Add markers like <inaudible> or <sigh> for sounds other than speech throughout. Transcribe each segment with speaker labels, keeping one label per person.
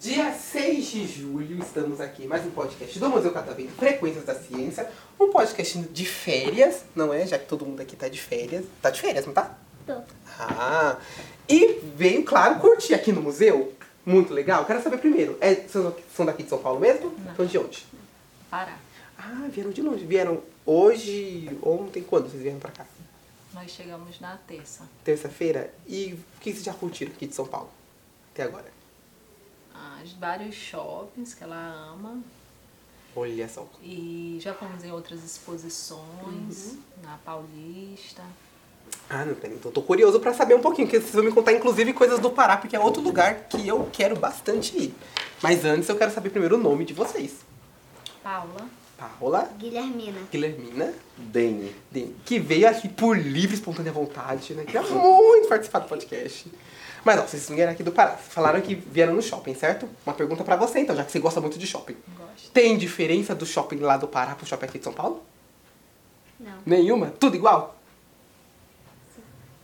Speaker 1: Dia 6 de julho, estamos aqui em mais um podcast do Museu Catavento Frequências da Ciência. Um podcast de férias, não é? Já que todo mundo aqui tá de férias. Tá de férias, não tá?
Speaker 2: Tô.
Speaker 1: Ah! E veio, claro, curtir aqui no museu. Muito legal. Quero saber primeiro, é, são são daqui de São Paulo mesmo?
Speaker 3: Não.
Speaker 1: São de onde?
Speaker 3: Pará.
Speaker 1: Ah, vieram de longe. Vieram hoje, ontem, quando vocês vieram pra cá?
Speaker 3: Nós chegamos na terça.
Speaker 1: Terça-feira? E o que vocês já curtiram aqui de São Paulo? Até agora.
Speaker 3: Ah, vários shoppings que ela ama.
Speaker 1: Olha só.
Speaker 3: E já fomos em outras exposições, na Paulista.
Speaker 1: Ah, não, pera, então tô curioso pra saber um pouquinho, que vocês vão me contar inclusive coisas do Pará, porque é outro lugar que eu quero bastante ir. Mas antes eu quero saber primeiro o nome de vocês.
Speaker 3: Paula,
Speaker 1: Paola,
Speaker 2: Guilhermina.
Speaker 1: Guilhermina,
Speaker 4: Dane.
Speaker 1: Deni, que veio aqui por livre, espontânea vontade, né? Queria muito participar do podcast. Mas ó, vocês vieram aqui do Pará. Falaram que vieram no shopping, certo? Uma pergunta pra você então, já que você gosta muito de shopping.
Speaker 3: gosta.
Speaker 1: Tem diferença do shopping lá do Pará pro shopping aqui de São Paulo?
Speaker 2: Não.
Speaker 1: Nenhuma? Tudo igual?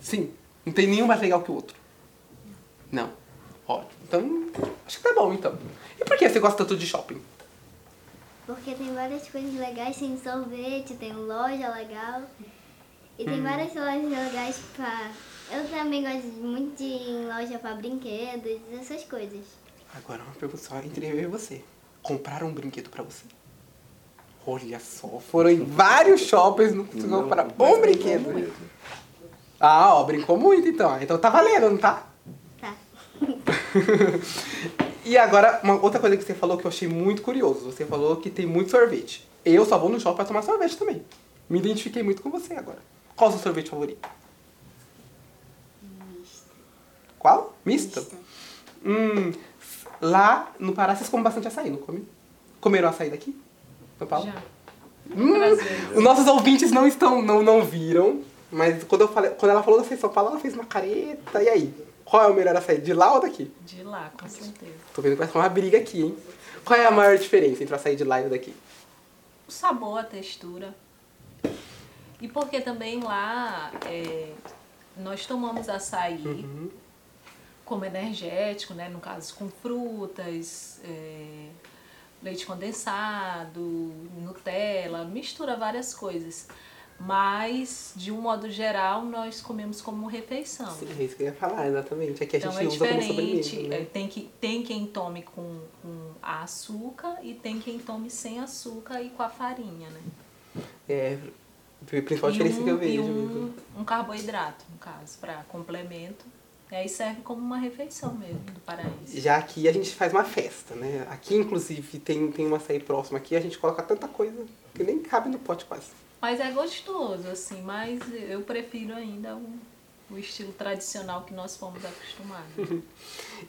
Speaker 1: Sim. Não tem nenhum mais legal que o outro? Não. Ótimo. Então, acho que tá bom, então. E por que você gosta tanto de shopping?
Speaker 2: Porque tem várias coisas legais, tem sorvete, tem loja legal. E tem várias lojas legais pra. Eu também gosto muito de ir em loja pra brinquedos, essas coisas.
Speaker 1: Agora, uma pergunta só entre eu e você. Compraram um brinquedo pra você? Olha só, foram em vários shoppings, não conseguiu comprar um brinquedo. Ah, ó, brincou muito então. Ah, Então tá valendo, não tá?
Speaker 2: Tá.
Speaker 1: <laughs> E agora, uma outra coisa que você falou que eu achei muito curioso. Você falou que tem muito sorvete. Eu só vou no shopping pra tomar sorvete também. Me identifiquei muito com você agora. Qual o seu sorvete favorito?
Speaker 2: Mista.
Speaker 1: Qual? Misto? Hum, lá no Pará vocês comem bastante açaí, não come? Comeram açaí daqui? São Paulo?
Speaker 3: Já.
Speaker 1: Hum,
Speaker 3: Várias vezes.
Speaker 1: os nossos ouvintes não estão, não, não viram, mas quando, eu falei, quando ela falou da Açaí São Paulo, ela fez uma careta. E aí? Qual é o melhor açaí? De lá ou daqui?
Speaker 3: De lá, com certeza.
Speaker 1: Tô vendo que vai ser uma briga aqui, hein? Qual é a maior diferença entre o açaí de lá e o daqui?
Speaker 3: O sabor, a textura. E porque também lá é, nós tomamos açaí
Speaker 1: Uhum.
Speaker 3: como energético, né? No caso, com frutas, é, leite condensado, Nutella, mistura várias coisas. Mas, de um modo geral, nós comemos como refeição.
Speaker 1: Sim, é isso que eu ia falar, exatamente. É que a
Speaker 3: Ah. Então
Speaker 1: gente
Speaker 3: é
Speaker 1: usa como
Speaker 3: diferente,
Speaker 1: sobremesa, né?
Speaker 3: é, tem, que, tem quem tome com, com açúcar e tem quem tome sem açúcar e com a farinha, né?
Speaker 1: É, a principal
Speaker 3: e
Speaker 1: diferença
Speaker 3: um,
Speaker 1: que eu
Speaker 3: e
Speaker 1: vejo.
Speaker 3: um, um carboidrato, no caso, para complemento. E aí serve como uma refeição mesmo do paraíso.
Speaker 1: Já aqui a gente faz uma festa, né? Aqui, inclusive, tem, tem uma açaí próxima aqui, a gente coloca tanta coisa que nem cabe no pote quase.
Speaker 3: Mas é gostoso, assim, mas eu prefiro ainda o, o estilo tradicional que nós
Speaker 1: <laughs>
Speaker 3: fomos acostumados.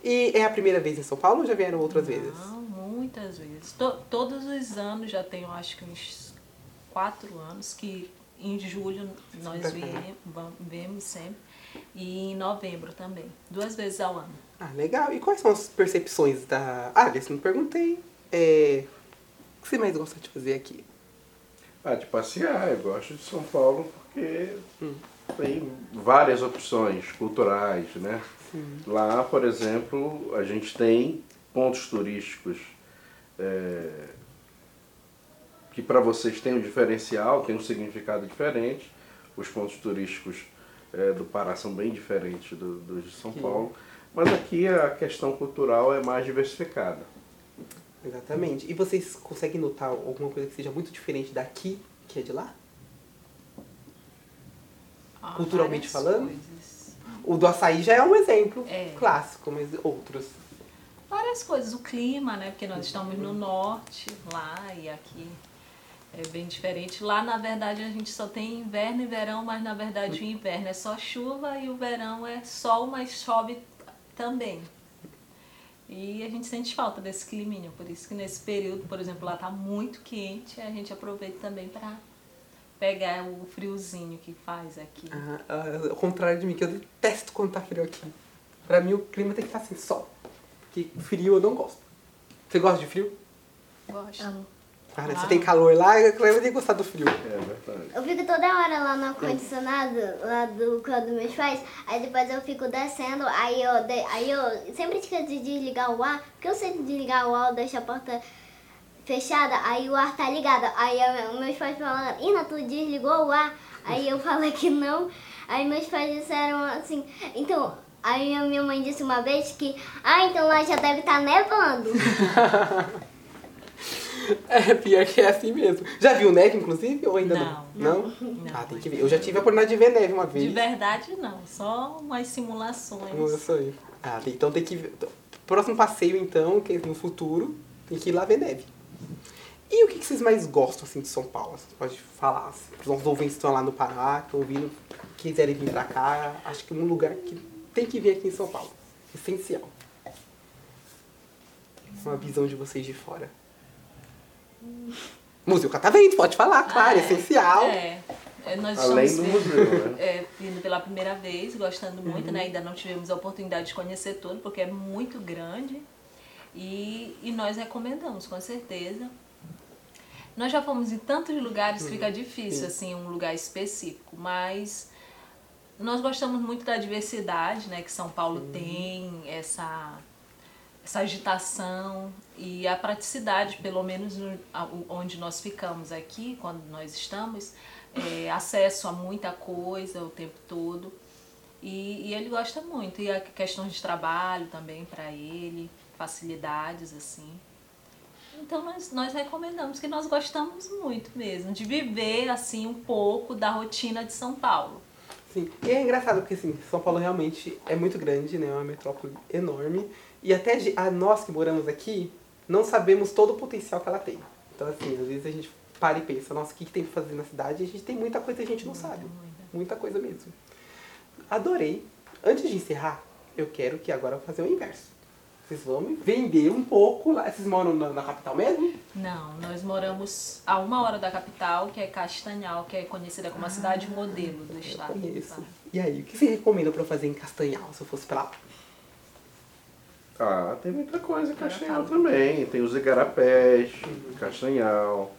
Speaker 1: E é a primeira vez em São Paulo ou já vieram outras vezes?
Speaker 3: Não, muitas vezes. To- todos os anos, já tenho acho que uns quatro anos, que em julho nós viemos, viemos sempre. E em novembro também. Duas vezes ao ano.
Speaker 1: Ah, legal. E quais são as percepções da. Ah, aliás, não perguntei. É... O que você mais gosta de fazer aqui?
Speaker 4: Ah, de passear. Eu gosto de São Paulo porque tem várias opções culturais, né? Lá, por exemplo, a gente tem pontos turísticos eh, que para vocês tem um diferencial, tem um significado diferente. Os pontos turísticos eh, do Pará são bem diferentes do- dos de São Paulo. Mas aqui a questão cultural é mais diversificada.
Speaker 1: Exatamente. E vocês conseguem notar alguma coisa que seja muito diferente daqui que é de lá?
Speaker 3: Há
Speaker 1: Culturalmente
Speaker 3: várias
Speaker 1: falando?
Speaker 3: coisas.
Speaker 1: O do açaí já é um exemplo
Speaker 3: É.
Speaker 1: clássico, mas outros.
Speaker 3: várias coisas. O clima, né? Porque nós estamos no norte lá e aqui é bem diferente. Lá, na verdade, a gente só tem inverno e verão, mas na verdade o inverno é só chuva e o verão é sol, mas chove também. E a gente sente falta desse climinho, por isso que nesse período, por exemplo, lá tá muito quente, a gente aproveita também para pegar o friozinho que faz aqui.
Speaker 1: Ah, ah, ao contrário de mim, que eu detesto quando tá frio aqui. tá Pra mim o clima tem que estar assim, sol. Porque frio eu não gosto. Você gosta de frio?
Speaker 3: Gosto.
Speaker 2: Amo.
Speaker 1: Ah, né? Você
Speaker 3: Claro.
Speaker 1: tem calor lá e vai ter gostado do frio.
Speaker 4: É verdade.
Speaker 2: Eu fico toda hora lá no ar-condicionado, lá do quando meus pais, aí depois eu fico descendo, aí eu, de- aí eu sempre esqueço de desligar o ar, porque eu sei desligar o ar, eu deixo a porta fechada, aí o ar tá ligado. Aí eu- meus pais falaram, Ina, tu desligou o ar? Aí eu falei que não. Aí meus pais disseram assim, então, aí a minha mãe disse uma vez que, ah, então lá já deve estar nevando.
Speaker 1: <laughs> É, pior que é assim mesmo. Já viu neve, inclusive, ou ainda não?
Speaker 3: Não.
Speaker 1: Ah,
Speaker 3: Não.
Speaker 1: tem que ver. Eu já tive a oportunidade de ver neve uma vez.
Speaker 3: De verdade, não. Só umas simulações.
Speaker 1: Vamos ver isso aí. Ah, tem- então tem que ver. então, Próximo passeio, então, que é no futuro, tem que ir lá ver neve. E o que que vocês mais gostam, assim, de São Paulo? Você pode falar, assim, os nossos ouvintes que estão lá no Pará, que estão ouvindo, quiserem vir pra cá. Acho que é um lugar que tem que vir aqui em São Paulo. Essencial. Uma visão de vocês de fora. Museu Catavento, pode falar, claro,
Speaker 3: Hum. Ah, é.
Speaker 1: essencial.
Speaker 3: É. É, Nós
Speaker 4: Além do
Speaker 3: estamos vendo-
Speaker 4: museu,
Speaker 3: <laughs>
Speaker 4: né? Uhum.
Speaker 3: é, vindo pela primeira vez, gostando muito, né? Ainda não tivemos a oportunidade de conhecer tudo, porque é muito grande. E, e nós recomendamos, com certeza. Nós já fomos em tantos lugares,
Speaker 4: Uhum.
Speaker 3: fica difícil, assim, um lugar específico, mas nós gostamos muito da diversidade, né? Que São Paulo tem, essa, essa agitação e a praticidade, pelo menos no- a- o- onde nós ficamos aqui, quando nós estamos, é, acesso a muita coisa o tempo todo. E, e ele gosta muito. E a questão de trabalho também para ele, facilidades, assim. Então nós, nós recomendamos que nós gostamos muito mesmo de viver assim um pouco da rotina de São Paulo.
Speaker 1: Sim, e é engraçado porque assim, São Paulo realmente é muito grande, né? É uma metrópole enorme. E até ge- a nós que moramos aqui, não sabemos todo o potencial que ela tem. Então assim, às vezes a gente para e pensa, nossa, o que, que tem que fazer na cidade? E a gente tem muita coisa que a gente não sabe. Muita coisa mesmo. Adorei. Antes de encerrar, eu quero que agora eu fazer o inverso. Vocês vão me vender um pouco lá. Vocês moram na, na capital mesmo?
Speaker 3: Não, nós moramos a uma hora da capital, que é Castanhal, que é conhecida como a cidade modelo do estado. do
Speaker 1: Ah, Conheço.
Speaker 3: Pará.
Speaker 1: E aí, o que você recomenda pra eu fazer em Castanhal, se eu fosse pra lá?
Speaker 4: Ah, tem muita coisa em Castanhal também. Tem os igarapés, Castanhal.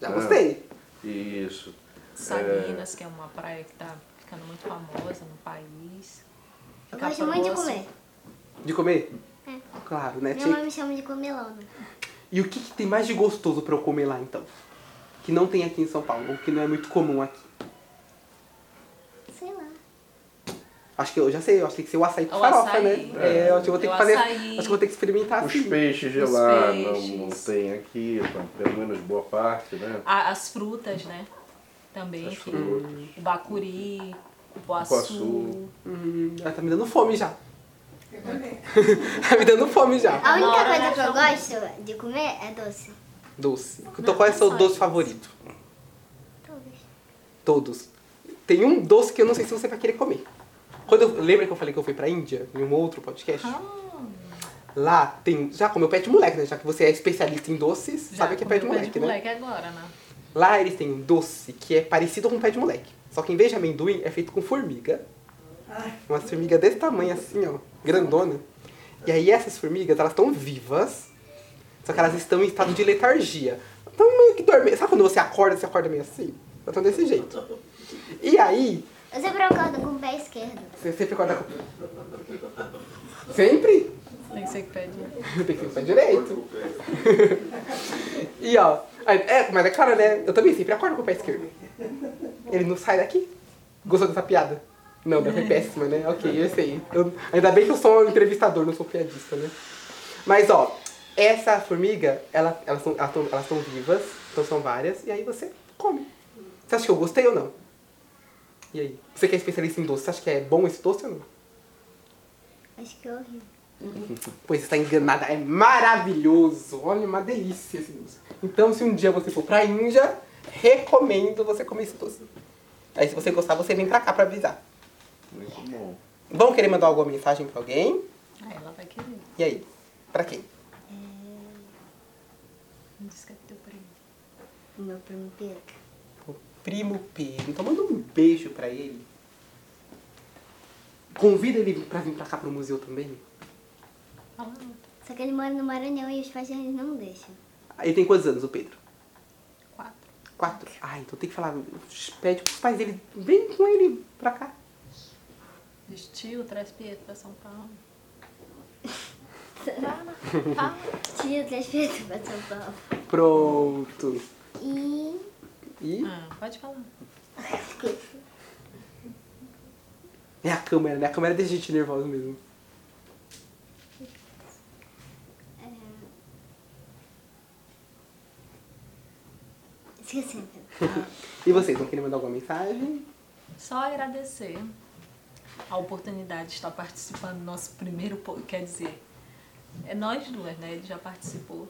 Speaker 1: Já
Speaker 4: Ah.
Speaker 1: gostei.
Speaker 4: Isso.
Speaker 3: Salinas, que é uma praia que está ficando muito famosa no país.
Speaker 2: Eu gosto muito de comer.
Speaker 1: De comer?
Speaker 2: É.
Speaker 1: Claro, né?
Speaker 2: Minha
Speaker 1: Tinha-
Speaker 2: mãe me chama de comelona.
Speaker 1: E o que, que tem mais de gostoso pra eu comer lá então? Que não tem aqui em São Paulo, ou que não é muito comum aqui.
Speaker 2: Sei lá.
Speaker 1: Acho que eu já sei, eu acho que tem que ser o açaí com
Speaker 3: O
Speaker 1: farofa,
Speaker 3: açaí.
Speaker 1: né? É, eu acho que eu vou ter
Speaker 3: O
Speaker 1: que fazer.
Speaker 3: açaí.
Speaker 1: Acho que eu vou ter que experimentar
Speaker 4: Os
Speaker 1: assim.
Speaker 4: peixes de
Speaker 3: Os
Speaker 4: lá
Speaker 3: peixes.
Speaker 4: Não, não tem aqui, tá? pelo menos boa parte, né?
Speaker 3: A- as frutas, né? Também.
Speaker 4: As
Speaker 3: que-
Speaker 4: frutas.
Speaker 3: O bacuri, o
Speaker 4: Cupuaçu.
Speaker 3: poaçu.
Speaker 1: Hum, ela tá me dando fome já. <laughs> tá me dando fome já.
Speaker 2: A única
Speaker 3: Agora
Speaker 2: coisa
Speaker 3: nós
Speaker 2: que eu
Speaker 3: vamos-
Speaker 2: gosto de comer é doce.
Speaker 1: Doce. Então qual é o seu
Speaker 3: só
Speaker 1: doce
Speaker 3: isso.
Speaker 1: favorito?
Speaker 2: Talvez.
Speaker 1: Todos. Tem um doce que eu não sei se você vai querer comer. Quando eu, lembra que eu falei que eu fui pra Índia em um outro
Speaker 3: Ah,
Speaker 1: podcast?
Speaker 2: Ah.
Speaker 1: Lá tem. Já comeu pé de moleque, né? Já que você é especialista em doces, sabe que é pé de moleque, né?
Speaker 3: moleque agora, né?
Speaker 1: Lá eles têm um doce que é parecido com um pé de moleque. Só que em vez de amendoim, é feito com formiga. Uma formiga desse tamanho assim, ó. Grandona. E aí essas formigas, elas estão vivas. Só que elas estão em estado de letargia. Estão meio que dormindo. Sabe quando você acorda, você acorda meio assim? Elas estão desse jeito. E aí,
Speaker 2: Eu sempre acordo com o pé esquerdo.
Speaker 1: você sempre acorda com... Sempre?
Speaker 3: Tem que ser que pede.
Speaker 1: <laughs> Tem que ser o direito. e ó, aí- é, mas é claro, né? Eu também sempre acordo com o pé esquerdo. Ele não sai daqui. Gostou dessa piada? Não, deve ser péssima, né? Ok, eu sei. Eu- ainda bem que eu sou um entrevistador, não sou piadista, né? Mas ó, essa formiga, ela, elas são elas tão- elas tão vivas, então são várias, e aí você come. Você acha que eu gostei ou não? E aí? Você que é especialista em doce, você acha que é bom esse doce ou não?
Speaker 2: Acho que é horrível.
Speaker 1: Pois está enganada, é maravilhoso. Olha, uma delícia esse doce. Então, se um dia você for pra Índia, recomendo você comer esse doce. Aí, se você gostar, você vem pra cá pra avisar.
Speaker 4: Muito bom.
Speaker 1: Vão querer mandar alguma mensagem pra alguém?
Speaker 3: Aí Ah, ela vai querer.
Speaker 1: E aí? Pra quem?
Speaker 3: Não diz que é teu primo.
Speaker 2: O meu primo Pedro.
Speaker 1: O primo Pedro. Então, manda um beijo pra ele. Convida ele pra vir pra cá pro museu também.
Speaker 3: Fala outra.
Speaker 2: Só que ele mora no Maranhão e os pais deles não deixam.
Speaker 1: Ele tem quantos anos, o Pedro?
Speaker 3: Quatro.
Speaker 1: Quatro. Ah, então tem que falar. Pede pros pais dele. Vem com ele pra cá.
Speaker 3: Diz, tio, traz Pietro pra São Paulo. <laughs> Fala, fala.
Speaker 2: Tio, traz Pedro pra São Paulo.
Speaker 1: Pronto.
Speaker 2: E.
Speaker 1: E
Speaker 3: Ah, pode falar.
Speaker 1: é a câmera, né? A câmera deixa a gente nervosa mesmo.
Speaker 2: Esqueci.
Speaker 1: E vocês, vão querer mandar alguma mensagem?
Speaker 3: Só agradecer a oportunidade de estar participando do nosso primeiro po- quer dizer, é nós duas, né? Ele já participou.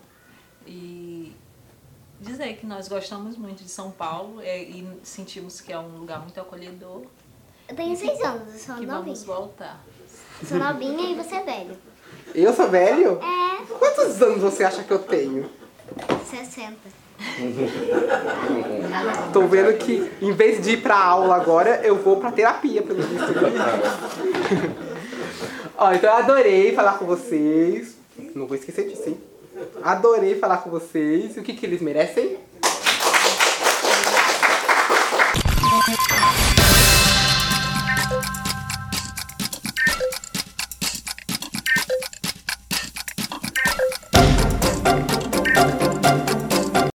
Speaker 3: E dizer que nós gostamos muito de São Paulo é, e sentimos que é um lugar muito acolhedor,
Speaker 2: Eu tenho seis anos, eu sou
Speaker 3: que
Speaker 2: novinha.
Speaker 3: vamos voltar.
Speaker 2: Sou novinha e você é velho.
Speaker 1: Eu sou velho?
Speaker 2: É,
Speaker 1: Quantos anos você acha que eu tenho?
Speaker 2: 60.
Speaker 1: Tô vendo que em vez de ir pra aula agora, eu vou pra terapia, pelo visto. <laughs> Ó, então eu adorei falar com vocês. Não vou esquecer disso, hein? Adorei falar com vocês. E o que, que eles merecem?